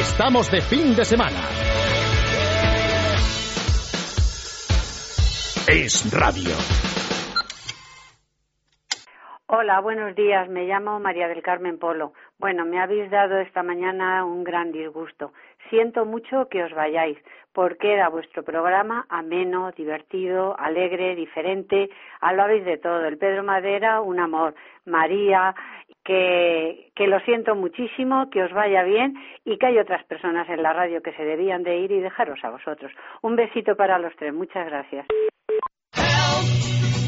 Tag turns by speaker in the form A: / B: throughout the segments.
A: Estamos de fin de semana. Es Radio.
B: Hola, buenos días. Me llamo María del Carmen Polo. Bueno, me habéis dado esta mañana un gran disgusto. Siento mucho que os vayáis, porque era vuestro programa ameno, divertido, alegre, diferente. Hablabais de todo. El Pedro Madera, un amor. María, que, que lo siento muchísimo, que os vaya bien y que hay otras personas en la radio que se debían de ir y dejaros a vosotros. Un besito para los tres. Muchas gracias.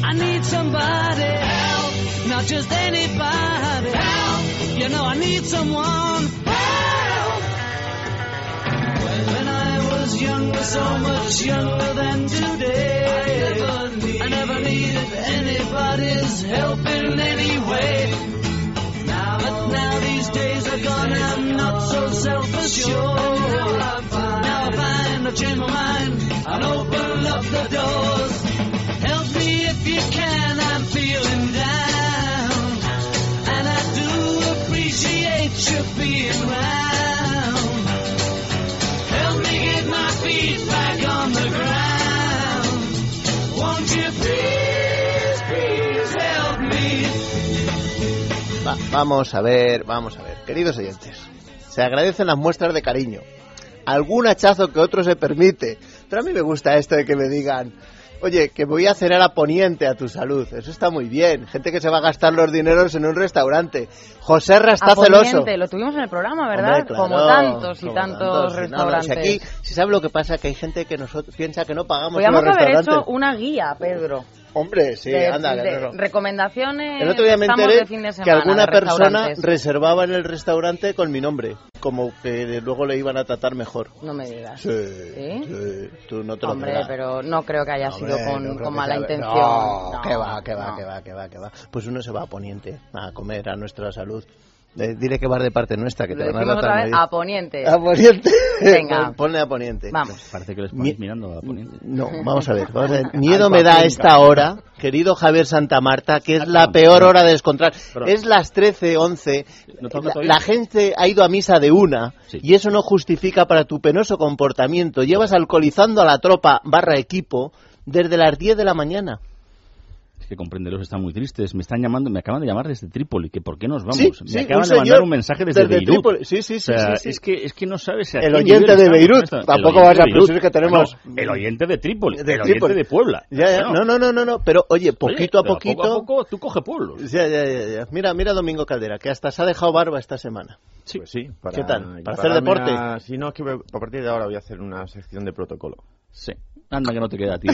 C: I need somebody help, not just anybody help. You know I need someone help. When, when I was younger, so much younger than today, I never, need- I never needed anybody's help in any way. Now, but now these days are gone, I'm not so self-assured. Now I find I've changed my mind and open up the doors. Help me if you can, I'm feeling down. And I do appreciate you being round. Help me get my feet back on the ground. Won't you please, please help me?
D: Va, vamos a ver, vamos a ver. Queridos oyentes, se agradecen las muestras de cariño. Algún hachazo que otro se permite. Pero a mí me gusta esto de que me digan, oye, que voy a cenar a Poniente a tu salud. Eso está muy bien. Gente que se va a gastar los dineros en un restaurante. José Ra está
E: A Poniente,
D: celoso.
E: Ah, pues, Lo tuvimos en el programa, ¿verdad?
D: Hombre, claro,
E: como tantos y
D: como
E: tantos,
D: tantos. No, no,
E: restaurantes.
D: si aquí, si sabe lo que pasa, que hay gente que nosotros piensa que no pagamos
E: Podríamos
D: en los
E: haber
D: restaurantes.
E: hecho una guía, Pedro.
D: Hombre, sí,
E: de-
D: anda,
E: de
D: que no, no.
E: Recomendaciones.
D: El otro día me
E: estamos
D: enteré
E: de fin de semana,
D: que alguna
E: de
D: persona
E: restaurantes.
D: reservaba en el restaurante con mi nombre, como que luego le iban a tratar mejor.
E: No me digas.
D: Sí,
E: ¿Sí?
D: sí, tú no te lo
E: Hombre,
D: creerás.
E: pero no creo que haya
D: Hombre,
E: sido con,
D: no creo
E: con
D: que
E: mala
D: sea-
E: intención.
D: No,
E: No,
D: que va, que va,
E: no.
D: que va, que va, que va. Pues uno se va a Poniente a comer a nuestra salud. Eh, dile que vas de parte nuestra, que
E: Lo
D: te van
E: decimos
D: a
E: otra
D: tratar
E: vez,
D: muy
E: a Poniente.
D: bien. a Poniente.
E: Venga.
D: Pon- Ponle a Poniente.
E: Vamos.
F: Parece que les
D: Mi-
F: pones mirando a Poniente.
D: No, vamos a ver. vamos a ver. Miedo
F: Alfa,
D: me da a
F: venga.
D: esta hora, querido Javier Santa Marta, que es la
F: Alfa,
D: peor
F: perdón.
D: hora de descontrar.
F: Perdón.
D: Es las 13, 11.
F: ¿No toca
D: La,
F: todavía?
D: la gente ha ido a misa de una
F: Sí.
D: y eso no justifica para tu penoso comportamiento. Llevas alcoholizando a la tropa barra equipo desde las 10 de la mañana.
F: Es que comprenderos, están muy tristes. Me están llamando, me acaban de llamar desde Trípoli, que por qué nos vamos.
D: Sí,
F: me
D: sí,
F: acaban
D: un
F: de mandar
D: señor
F: un mensaje desde,
D: desde
F: Beirut.
D: Trípoli. Sí, sí, sí,
F: O sea,
D: sí, sí.
F: Es, que, es que no sabes... a
D: El
F: qué
D: oyente
F: nivel
D: de
F: estamos
D: Beirut.
F: con esto. El
D: Tampoco
F: oyente
D: vas a
F: de Beirut.
D: presumir que tenemos-
F: Bueno, el oyente de Trípoli,
D: De
F: el
D: Trípoli.
F: oyente de Puebla.
D: Ya, ya.
F: Bueno,
D: No, no, no, no, no. Pero oye,
F: oye,
D: poquito a
F: pero
D: poquito.
F: Poco a poco tú coge pueblos.
D: Ya, ya, ya, ya. Mira, mira a Domingo Caldera, que hasta se ha dejado barba esta semana.
F: Sí.
G: Pues sí. Para,
D: ¿Qué tal? ¿Para hacer
G: prepararme
D: deporte?
G: a- si no, es que voy- a partir de ahora voy a hacer una sección de protocolo.
F: Sí. Anda que no te queda a ti.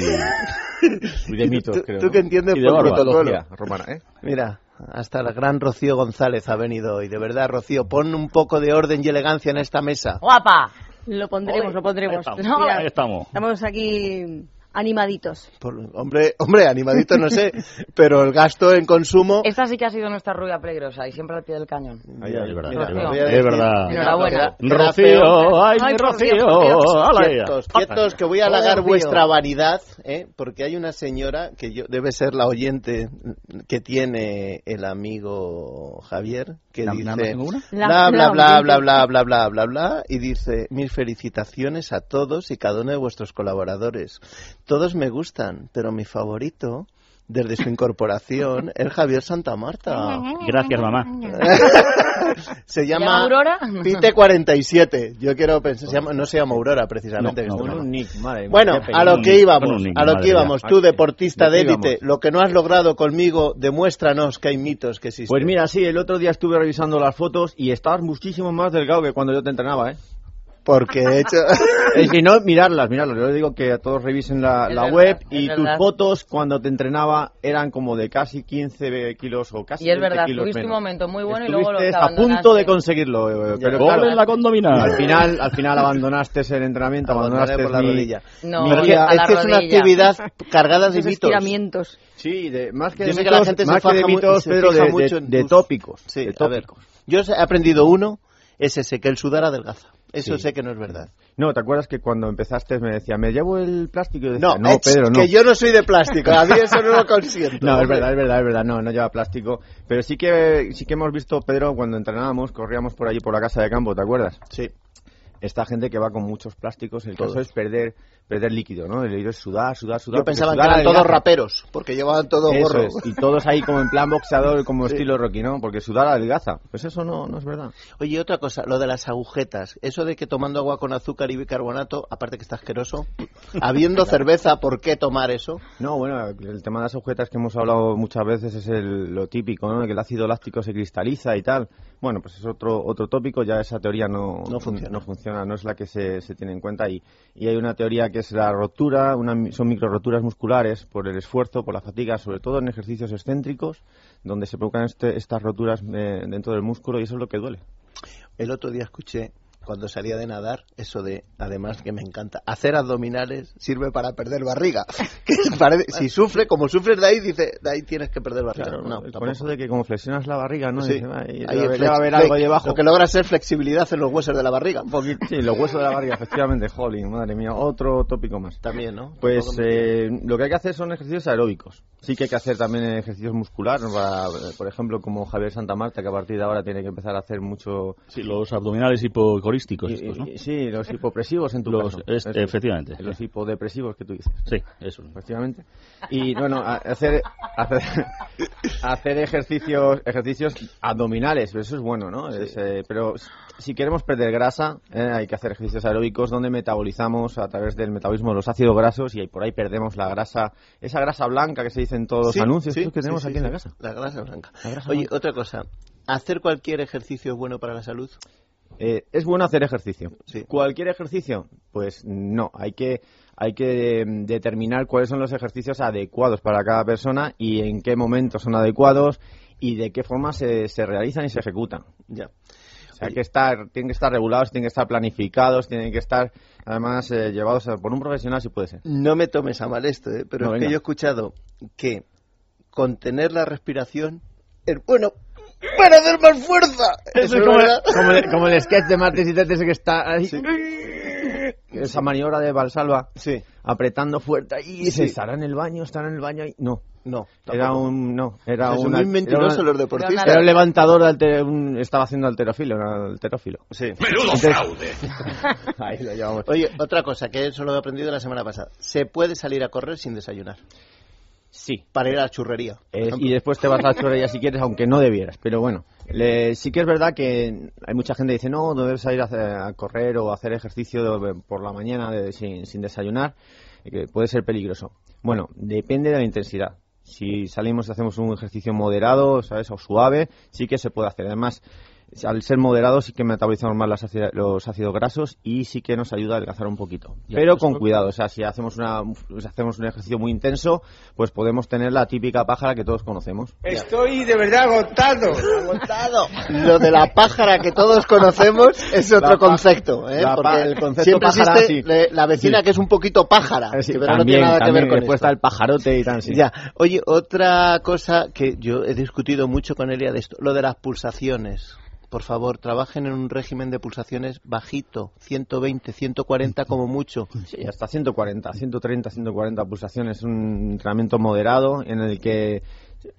G: Y de mitos,
D: tú,
G: creo.
D: tú
G: ¿no?
D: que entiendes
F: Y de
D: por
F: barba.
D: protocolo.
G: Mitología romana, ¿eh?
D: Mira, hasta la gran Rocío González ha venido hoy. De verdad, Rocío, pon un poco de orden y elegancia en esta mesa.
E: ¡Guapa!
H: Lo pondremos, lo pondremos.
F: Ahí estamos.
H: No,
F: Ahí estamos.
H: Estamos aquí animaditos.
D: Por- hombre, hombre, animadito no sé, pero el gasto en consumo...
E: Esta sí que ha sido nuestra rubia peligrosa y siempre al pie del cañón.
G: Ahí, ahí.
F: es verdad.
D: Mira,
F: es
D: lo
F: verdad.
D: voy a
F: Es
D: decir. eh,
F: verdad.
E: Enhorabuena.
D: Queda
F: Rocío, ay,
H: Ay,
F: mi
H: por Dios,
F: Rocío.
H: por Dios.
F: Oh, ala ella.
D: Quietos, quietos, que voy a halagar
E: Rocío.
D: vuestra vanidad, ¿eh? porque hay una señora que yo debe ser la oyente que tiene el amigo Javier, que
F: ¿Nada- nada más
D: dice...
F: tengo una?
H: La-
D: Bla, bla,
H: la
D: bla,
H: oyente.
D: bla, bla, bla, bla, bla, bla, y dice, mis felicitaciones a todos y cada uno de vuestros colaboradores. Todos me gustan, pero mi favorito, desde su incorporación, es Javier Santa Marta.
F: Gracias, mamá.
D: Se
E: ¿Llama
D: llama
E: Aurora?
D: Pite47. Yo quiero pensar, se llama- no se llama Aurora, precisamente.
F: No, no,
D: que
G: Con
D: está
G: un nick, madre mía,
D: bueno,
G: qué apellido.
D: a lo
F: un
D: que
F: nick,
D: íbamos,
F: pon un nick,
D: a lo
F: madre
D: que íbamos.
F: mía.
D: Tú, deportista
G: Ah, ¿De
D: de
G: qué
D: élite,
G: íbamos?
D: lo que no has logrado conmigo, demuéstranos que hay mitos que existen.
G: Pues mira, sí, el otro día estuve revisando las fotos y estabas muchísimo más delgado que cuando yo te entrenaba, ¿eh?
D: Porque he hecho...
G: Es que no, mirarlas, mirarlas. Yo digo que a todos revisen la,
E: Es
G: la
E: verdad,
G: web
E: es
G: y tus
E: verdad.
G: fotos cuando te entrenaba eran como de casi 15 kilos o casi
E: Y es
G: 20
E: verdad,
G: kilos
E: tuviste un
G: menos.
E: momento muy bueno y luego lo
G: Estuviste a
E: abandonaste.
G: punto de conseguirlo, eh, pero claro,
F: Gol en la condominal.
G: al final, al final abandonaste el entrenamiento,
D: Abandonaré
G: abandonaste
D: por la
G: mi-
D: rodilla.
E: No,
D: Pero es que-
E: a
D: es
E: la
D: que es una
E: rodilla.
D: actividad cargada de
H: Los
D: mitos.
H: estiramientos.
G: Sí, de, más que
D: Yo
G: de
D: sé que
G: mitos,
D: la gente se
G: más que de
D: faja mu-
G: mitos,
D: se
G: Pedro,
D: fija
G: de,
D: mucho
G: de-
D: en
G: de
D: tus-
G: tópicos.
D: Sí,
G: de
D: a ver.
G: tópicos.
D: Yo he aprendido uno, es ese, que el sudar adelgaza. Eso
G: Sí.
D: sé que no es verdad.
G: No, ¿te acuerdas que cuando empezaste me decía, me llevo el plástico? Y yo decía,
D: No,
G: no,
D: es
G: Pedro, no.
D: que yo no soy de plástico, a mí eso no lo consiento.
G: No, es
D: hombre.
G: verdad, es verdad, es verdad, no, no lleva plástico. Pero sí que, sí que hemos visto, Pedro, cuando entrenábamos, corríamos por allí por la casa de campo, ¿te acuerdas?
D: Sí.
G: esta gente que va con muchos plásticos, el
D: Todos.
G: caso es perder perder líquido, ¿no? El líquido es sudar, sudar, sudar.
D: Yo
G: porque
D: pensaba que
G: sudar
D: eran todos
G: adelgaza.
D: raperos, porque llevaban todo
G: Eso
D: gorro.
G: es, Y todos ahí como en plan boxeador, como estilo Rocky, ¿no? Porque sudar adelgaza. Pues eso no, no es verdad.
D: Oye, otra cosa, lo de las agujetas. Eso de que tomando agua con azúcar y bicarbonato, aparte que está asqueroso, habiendo cerveza, ¿por qué tomar eso?
G: No, bueno, el tema de las agujetas que hemos hablado muchas veces es el- lo típico, ¿no? Que el ácido láctico se cristaliza y tal. Bueno, pues es otro otro tópico, ya esa teoría no,
D: No funciona.
G: no funciona, no es la que se, se tiene en cuenta. Y, y hay una teoría que es la rotura, una, mi- son micro roturas musculares por el esfuerzo, por la fatiga, sobre todo en ejercicios excéntricos, donde se provocan este- estas roturas eh, dentro del músculo y eso es lo que duele.
D: El otro día escuché, cuando salía de nadar, eso de, además que me encanta, hacer abdominales sirve para perder barriga. Que parece- si sufre, como sufres de ahí, dice, de ahí tienes que perder barriga.
G: Claro, eh,
D: no,
G: con
D: tampoco.
G: eso de que como flexionas la barriga, ¿no?
D: Sí.
G: Dice, va, y
D: Ahí
G: debe-
D: el
G: debe haber
D: flex-
G: algo ahí
D: flex-
G: debajo.
D: Lo que logra ser flexibilidad en los huesos de la barriga.
G: Un poquito, sí, los huesos de la barriga, efectivamente, jolín, madre mía, otro tópico más.
D: También, ¿no?
G: Pues
D: Tampoco me-
G: eh, lo que hay que hacer son ejercicios aeróbicos. Sí que hay que hacer también ejercicios musculares, para, por ejemplo, como Javier Santa Marta, que a partir de ahora tiene que empezar a hacer mucho...
F: Sí, los abdominales hipocorísticos
G: y-
F: estos, ¿no?
G: y- sí, los hipopresivos en tu
F: Los-
G: caso.
F: es-
G: Eso es.
F: efectivamente.
G: Los hipodepresivos que tú dices.
F: Sí, eso.
G: efectivamente. Y bueno, a- hacer, hacer, hacer ejercicios ejercicios abdominales, pero eso es bueno, ¿no? Es, eh, pero si queremos perder grasa, eh, hay que hacer ejercicios aeróbicos donde metabolizamos a través del metabolismo los ácidos grasos y ahí por ahí perdemos la grasa, esa grasa blanca que se dice en todos
D: Sí,
G: los anuncios
D: sí,
G: esos que
D: sí,
G: tenemos
D: sí,
G: aquí en la
D: sí.
G: casa.
D: La grasa blanca.
G: La grasa
D: Oye,
G: blanca.
D: otra cosa. ¿Hacer cualquier ejercicio es bueno para la salud?
G: Eh, es bueno hacer ejercicio.
D: Sí.
G: ¿Cualquier ejercicio? Pues no, hay que, hay que mm, determinar cuáles son los ejercicios adecuados para cada persona y en qué momentos son adecuados y de qué forma se, se realizan y se ejecutan.
D: Ya.
G: O sea, hay que estar, tienen que estar regulados, tienen que estar planificados, tienen que estar además eh, llevados a- por un profesional si puede ser.
D: No me tomes a mal esto, ¿eh? pero
G: No,
D: es que
G: venga.
D: yo he escuchado que contener la respiración es bueno para hacer más fuerza. Eso es verdad.
G: el, sketch de martes y tetes que está ahí. Esa maniobra de Valsalva
D: Sí,
G: apretando fuerte y
D: Sí.
G: se estará en el baño, estará en el baño y no.
D: no.
G: Era
D: tampoco.
G: un. No, era
D: Es
G: un.
D: muy mentiroso
G: era una-
D: los deportistas.
G: era un levantador de alter- un- estaba haciendo alterófilo, era alterófilo.
D: Sí.
A: ¡Menudo fraude!
G: Ahí lo llevamos.
D: Oye, otra cosa que eso lo he aprendido la semana pasada. Se puede salir a correr sin desayunar
G: Sí.
D: para ir a la churrería. por
G: Eh,
D: ejemplo.
G: y después te vas a la chorrería si quieres, aunque no debieras. Pero bueno, le- sí que es verdad que hay mucha gente que dice, no, no debes salir a, hacer- a correr o a hacer ejercicio de- por la mañana de- sin, sin desayunar, eh, que puede ser peligroso. Bueno, depende de la intensidad. Si salimos y hacemos un ejercicio moderado, ¿sabes? O suave, sí que se puede hacer. Además, al ser moderado sí que metabolizamos más las ácida- los ácidos grasos y sí que nos ayuda a adelgazar un poquito.
F: Y
G: Pero
F: además,
G: con
F: ¿no?
G: cuidado, o sea, si hacemos, una, si hacemos un ejercicio muy intenso, pues podemos tener la típica pájara que todos conocemos.
I: Estoy de verdad agotado.
D: Agotado. Lo de la pájara que todos conocemos es otro
G: La pa-
D: concepto, ¿eh?
G: la pa-
D: Porque
G: el concepto
D: siempre
G: pájara,
D: existe
G: sí.
D: le- la vecina
G: Sí.
D: que es un poquito pájara,
G: Eh, sí,
D: que pero no tiene nada que ver con
G: después
D: esto.
G: está el pajarote y tal, sí.
D: Ya. Oye, otra cosa que yo he discutido mucho con Elia de esto, lo de las pulsaciones. Por favor, trabajen en un régimen de pulsaciones bajito, 120, 140 como mucho.
G: Sí, hasta 140, 130, 140 pulsaciones, un entrenamiento moderado en el que,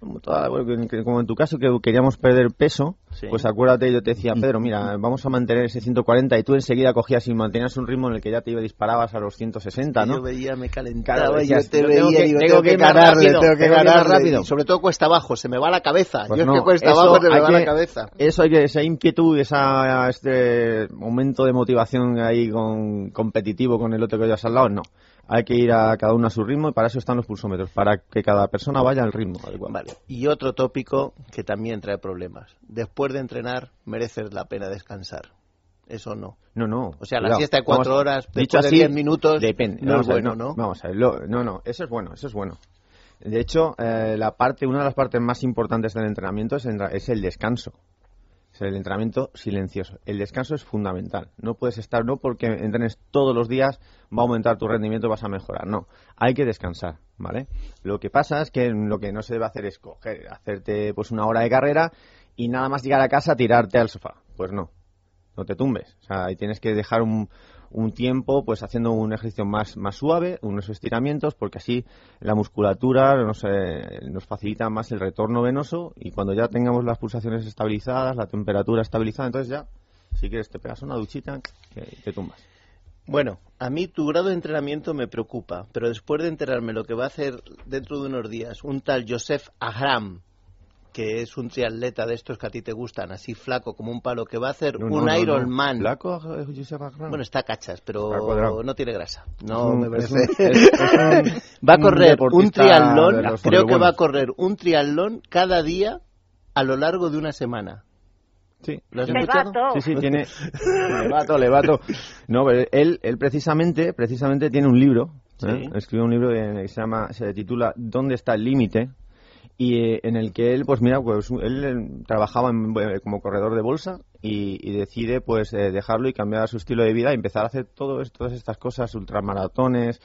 G: como toda- bueno, que- como en tu caso, que queríamos perder peso,
D: Sí.
G: pues acuérdate, yo te decía, Pedro, mira, vamos a mantener ese 140 y tú enseguida cogías y mantenías un ritmo en el que ya te iba disparabas a los 160,
D: Yo
G: ¿no?
D: veía, me calentaba,
G: Claro,
D: yo
G: decías,
D: te
G: yo
D: veía,
G: tengo que-
D: digo,
G: tengo que ir más
D: ganarle,
G: rápido,
D: tengo que
G: tengo que ir más
D: ganarle.
G: rápido.
D: Y sobre todo cuesta abajo, se me va la cabeza.
G: Pues
D: yo es
G: no,
D: que cuesta
G: eso
D: abajo, se me
G: hay
D: va
G: que-
D: la cabeza.
G: Eso hay que, esa inquietud, esa, este momento de motivación ahí con, competitivo con el otro que llevas al lado, no. Hay que ir a cada uno a su ritmo y para eso están los pulsómetros, para que cada persona vaya al ritmo adecuado.
D: Vale. Y otro tópico que también trae problemas. Después de entrenar, mereces la pena descansar. Eso no.
G: No, no.
D: O sea, la siesta de cuatro horas, después
G: dicho
D: de
G: así,
D: 10 minutos,
G: Depende.
D: no
G: vamos
D: es
G: a ver,
D: bueno, ¿no?
G: Vamos a ver. lo- no, no. Eso es bueno, eso es bueno. De hecho, eh, la parte, una de las partes más importantes del entrenamiento es, entra- es el descanso. Es el entrenamiento silencioso. El descanso es fundamental. No puedes estar, no porque entrenes todos los días va a aumentar tu rendimiento, vas a mejorar. No, hay que descansar, ¿vale? Lo que pasa es que lo que no se debe hacer es coger, hacerte pues una hora de carrera y nada más llegar a casa tirarte al sofá. Pues no, no te tumbes. O sea, ahí tienes que dejar un, un tiempo pues haciendo un ejercicio más, más suave, unos estiramientos, porque así la musculatura nos, eh, nos facilita más el retorno venoso y cuando ya tengamos las pulsaciones estabilizadas, la temperatura estabilizada, entonces ya Si quieres, te pegas una duchita y te tumbas.
D: Bueno, a mí tu grado de entrenamiento me preocupa, pero después de enterarme lo que va a hacer dentro de unos días un tal Joseph Ahram, que es un triatleta de estos que a ti te gustan, así flaco como un palo, que va a hacer
G: No, no,
D: un
G: no, no.
D: Ironman.
G: ¿Flaco, eh, Josep Agran?
D: Bueno, Mm. está cachas,
G: Está cuadrado.
D: pero no tiene grasa. No
G: Mm,
D: me
G: es
D: parece.
G: un- es- es un-
D: va a
G: un
D: correr un,
G: deportista de
D: triatlón,
G: los
D: creo que va a
G: buenos.
D: correr un triatlón cada día a lo largo de una semana.
G: Sí.
D: ¿Lo has
B: Me
D: escuchado?
B: bato.
G: Sí, sí, tiene. le bato, le bato. No, pero él, él precisamente, precisamente tiene un libro. ¿eh?
D: Sí.
G: Escribe un libro que se llama, se titula ¿Dónde está el límite? Y eh, en el que él, pues mira, pues él eh, trabajaba en- eh, como corredor de bolsa y, y decide, pues, eh, dejarlo y cambiar su estilo de vida y empezar a hacer todo es- todas estas cosas, ultramaratones,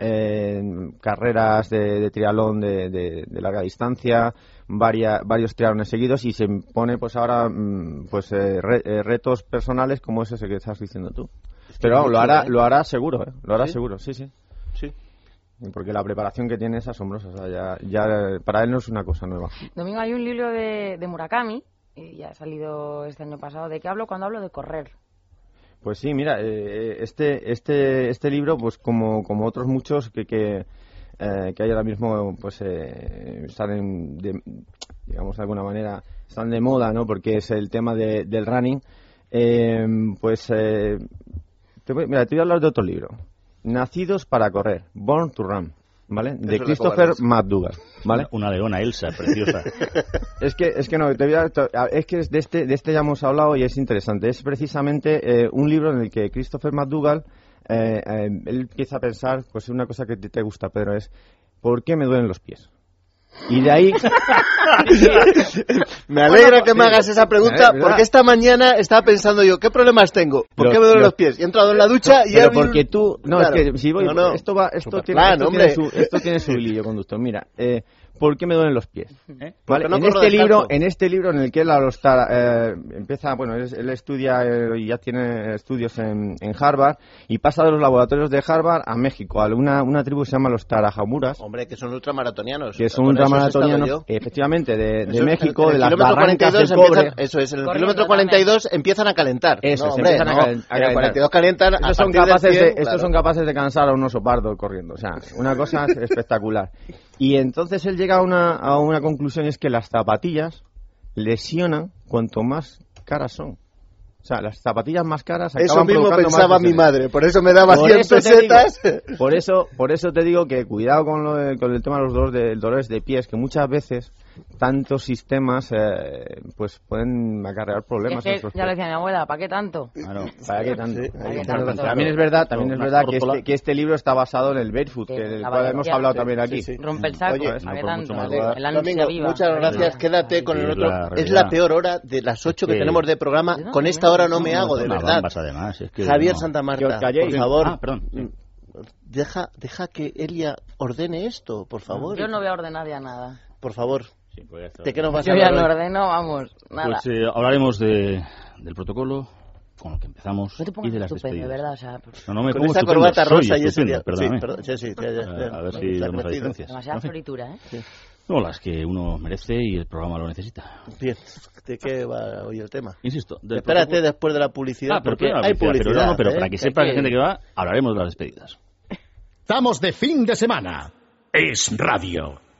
G: eh, carreras de, de triatlón de, de- de larga distancia, varia- varios triatlones seguidos y se pone pues ahora mm, pues eh, re- eh, retos personales como ese que estás diciendo tú.
D: que
G: Pero
D: es
G: vamos, lo
D: mucho,
G: hará,
D: ¿eh?
G: lo hará seguro, ¿eh? lo hará
D: ¿Sí?
G: seguro, sí, sí.
D: Sí.
G: Porque la preparación que tiene es asombrosa, o sea, ya, ya, eh, para él no es una cosa nueva.
E: Domingo, hay un libro de, de Murakami, y ya ha salido este año pasado. ¿De qué hablo cuando hablo de correr?
G: Pues sí, mira, eh, este, este, este libro, pues como, como otros muchos que, que, eh, que hay ahora mismo, pues eh, están en, de- digamos de alguna manera, están de moda, ¿no? Porque es el tema de- del running. Eh, pues, eh, te voy, mira, te voy a hablar de otro libro. Nacidos para correr, Born to Run, ¿vale?
D: es
G: De
D: la
G: Christopher
D: cobardía.
G: McDougall, ¿vale?
F: Una, una leona, Elsa, preciosa.
G: Es que, es que no, te voy a- te- a- es que es de este, de este ya hemos hablado y es interesante. Es precisamente eh, un libro en el que Christopher McDougall eh, eh, él empieza a pensar, pues una cosa que te, te gusta, Pedro, es ¿por qué me duelen los pies? Y de ahí,
D: Me alegra que me
G: sí.
D: hagas esa pregunta
G: Eh, ¿verdad?
D: porque esta mañana estaba pensando yo, ¿qué problemas tengo? ¿Por
G: Los-
D: qué me duelen
G: los-
D: los pies? Y he entrado en la ducha y he
G: pero
D: habido
G: porque
D: un-
G: tú, no,
D: Claro.
G: es que si voy,
D: No, no.
G: esto va, esto tiene,
D: Superplan,
G: esto tiene
D: hombre.
G: su, esto tiene su hilillo conductor. Mira, eh, ¿por qué me duelen los pies?
F: ¿Eh?
G: Vale,
D: Porque no
G: en
D: corro
G: este
D: descalzo.
G: libro, en este libro en el que él ahora está, eh, empieza, bueno, él, es- él estudia eh, y ya tiene estudios en, en Harvard y pasa de los laboratorios de Harvard a México, a una, una tribu que se llama los Tarajamuras,
D: Hombre, que son ultramaratónianos.
G: que son
D: Con esos he
G: ultramaratónianos,
D: estado yo.
G: efectivamente, de, de
D: Eso-
G: México,
D: en el
G: de las
D: kilómetro
G: barrancas del
D: 42
G: cobre.
D: empiezan- eso es, en el
E: Corriendo
D: kilómetro
E: también.
D: 42 empiezan a calentar.
G: Eso,
D: no,
G: se
D: hombre,
G: empiezan a
D: no.
G: calen- a
D: En el
G: calentar.
D: 42 calientan a
G: Esos son
D: partir del
G: capaces,
D: 100,
G: de, estos
D: claro.
G: son capaces de cansar a un oso pardo corriendo. O sea, una cosa espectacular. Y entonces él llega a una, a una conclusión y es que las zapatillas lesionan cuanto más caras son. O sea, las zapatillas más caras
D: Eso
G: acaban
D: mismo
G: provocando más
D: pesaba mi
G: lesiones.
D: madre, por eso me daba
G: Por
D: 100
G: eso te
D: pesetas.
G: digo- por, eso, por eso te digo que cuidado con, lo de- con el tema de los dolores de, dolores de pies, que muchas veces tantos sistemas eh, pues pueden acarrear problemas.
E: Es
G: en
E: que
G: nuestros
E: ya
D: eh.
G: pies.
E: lo decía mi abuela, ¿para qué tanto?
F: Claro.
G: ¿Para qué tanto?
E: hay que
G: Claro,
E: tanto.
G: También es verdad, también es
F: Una
G: verdad que
F: tórtola.
G: este, que este libro está basado en el Barefoot,
E: Sí,
G: que del
E: la
G: cual hemos
E: valentía.
G: hablado
E: Sí,
G: también aquí.
D: sí, sí.
E: Rompe el saco,
D: Oye,
E: ¿para qué
F: no,
E: tanto?
F: mucho más
E: El- el ansia
D: Domingo,
E: viva.
D: muchas gracias. Quédate con el
F: Es
D: otro.
F: la
D: es
F: realidad.
D: la peor hora de las 8 que
F: Sí.
D: tenemos de programa.
E: No,
D: Con
E: no,
D: esta hora no
E: no,
D: me
E: no,
D: hago, de
F: Una
D: verdad.
F: bombas, además. Es que
D: Javier
F: no.
D: Santa
G: Que
D: Marta,
G: os calléis.
D: por favor,
F: Ah, perdón. Sí.
D: deja, deja que Elia ordene esto, por favor.
E: Yo no voy a ordenar ya nada.
D: Por favor,
F: Sí, pues ya está.
D: ¿de qué nos vas a
E: Yo ya
D: hablar
E: no
D: hoy?
E: ordeno, vamos, nada.
F: Pues eh, hablaremos de, del protocolo con el que empezamos
E: No te
F: y
E: pongas
F: de las
E: estupendo, de
F: despedidas.
E: verdad, o sea, por-
F: No, no me
D: Con
F: pongo
D: esa
F: estupendo,
D: corbata
F: soy
D: rosa y ese
F: estupendo,
D: día. Sí,
F: perdóname.
D: perdón, sí, sí, ya, ya,
F: Eh,
D: ya.
F: a ver si
D: Me
F: vemos
D: gusta
F: las
D: crecido.
F: diferencias.
E: demasiada
F: En fin.
E: fritura, ¿eh?
F: No, las que uno merece y el programa lo necesita.
D: Bien, ¿de qué va hoy el tema?
F: Insisto, del
D: Espérate
F: protocolo-
D: después de la publicidad,
F: Ah, pero
D: porque
F: primero la
D: hay
F: publicidad,
D: publicidad.
F: pero no, no, pero
D: ¿eh?
F: para que
D: Es
F: sepa la gente que va, hablaremos de las despedidas.
A: Estamos de fin de semana. Es radio.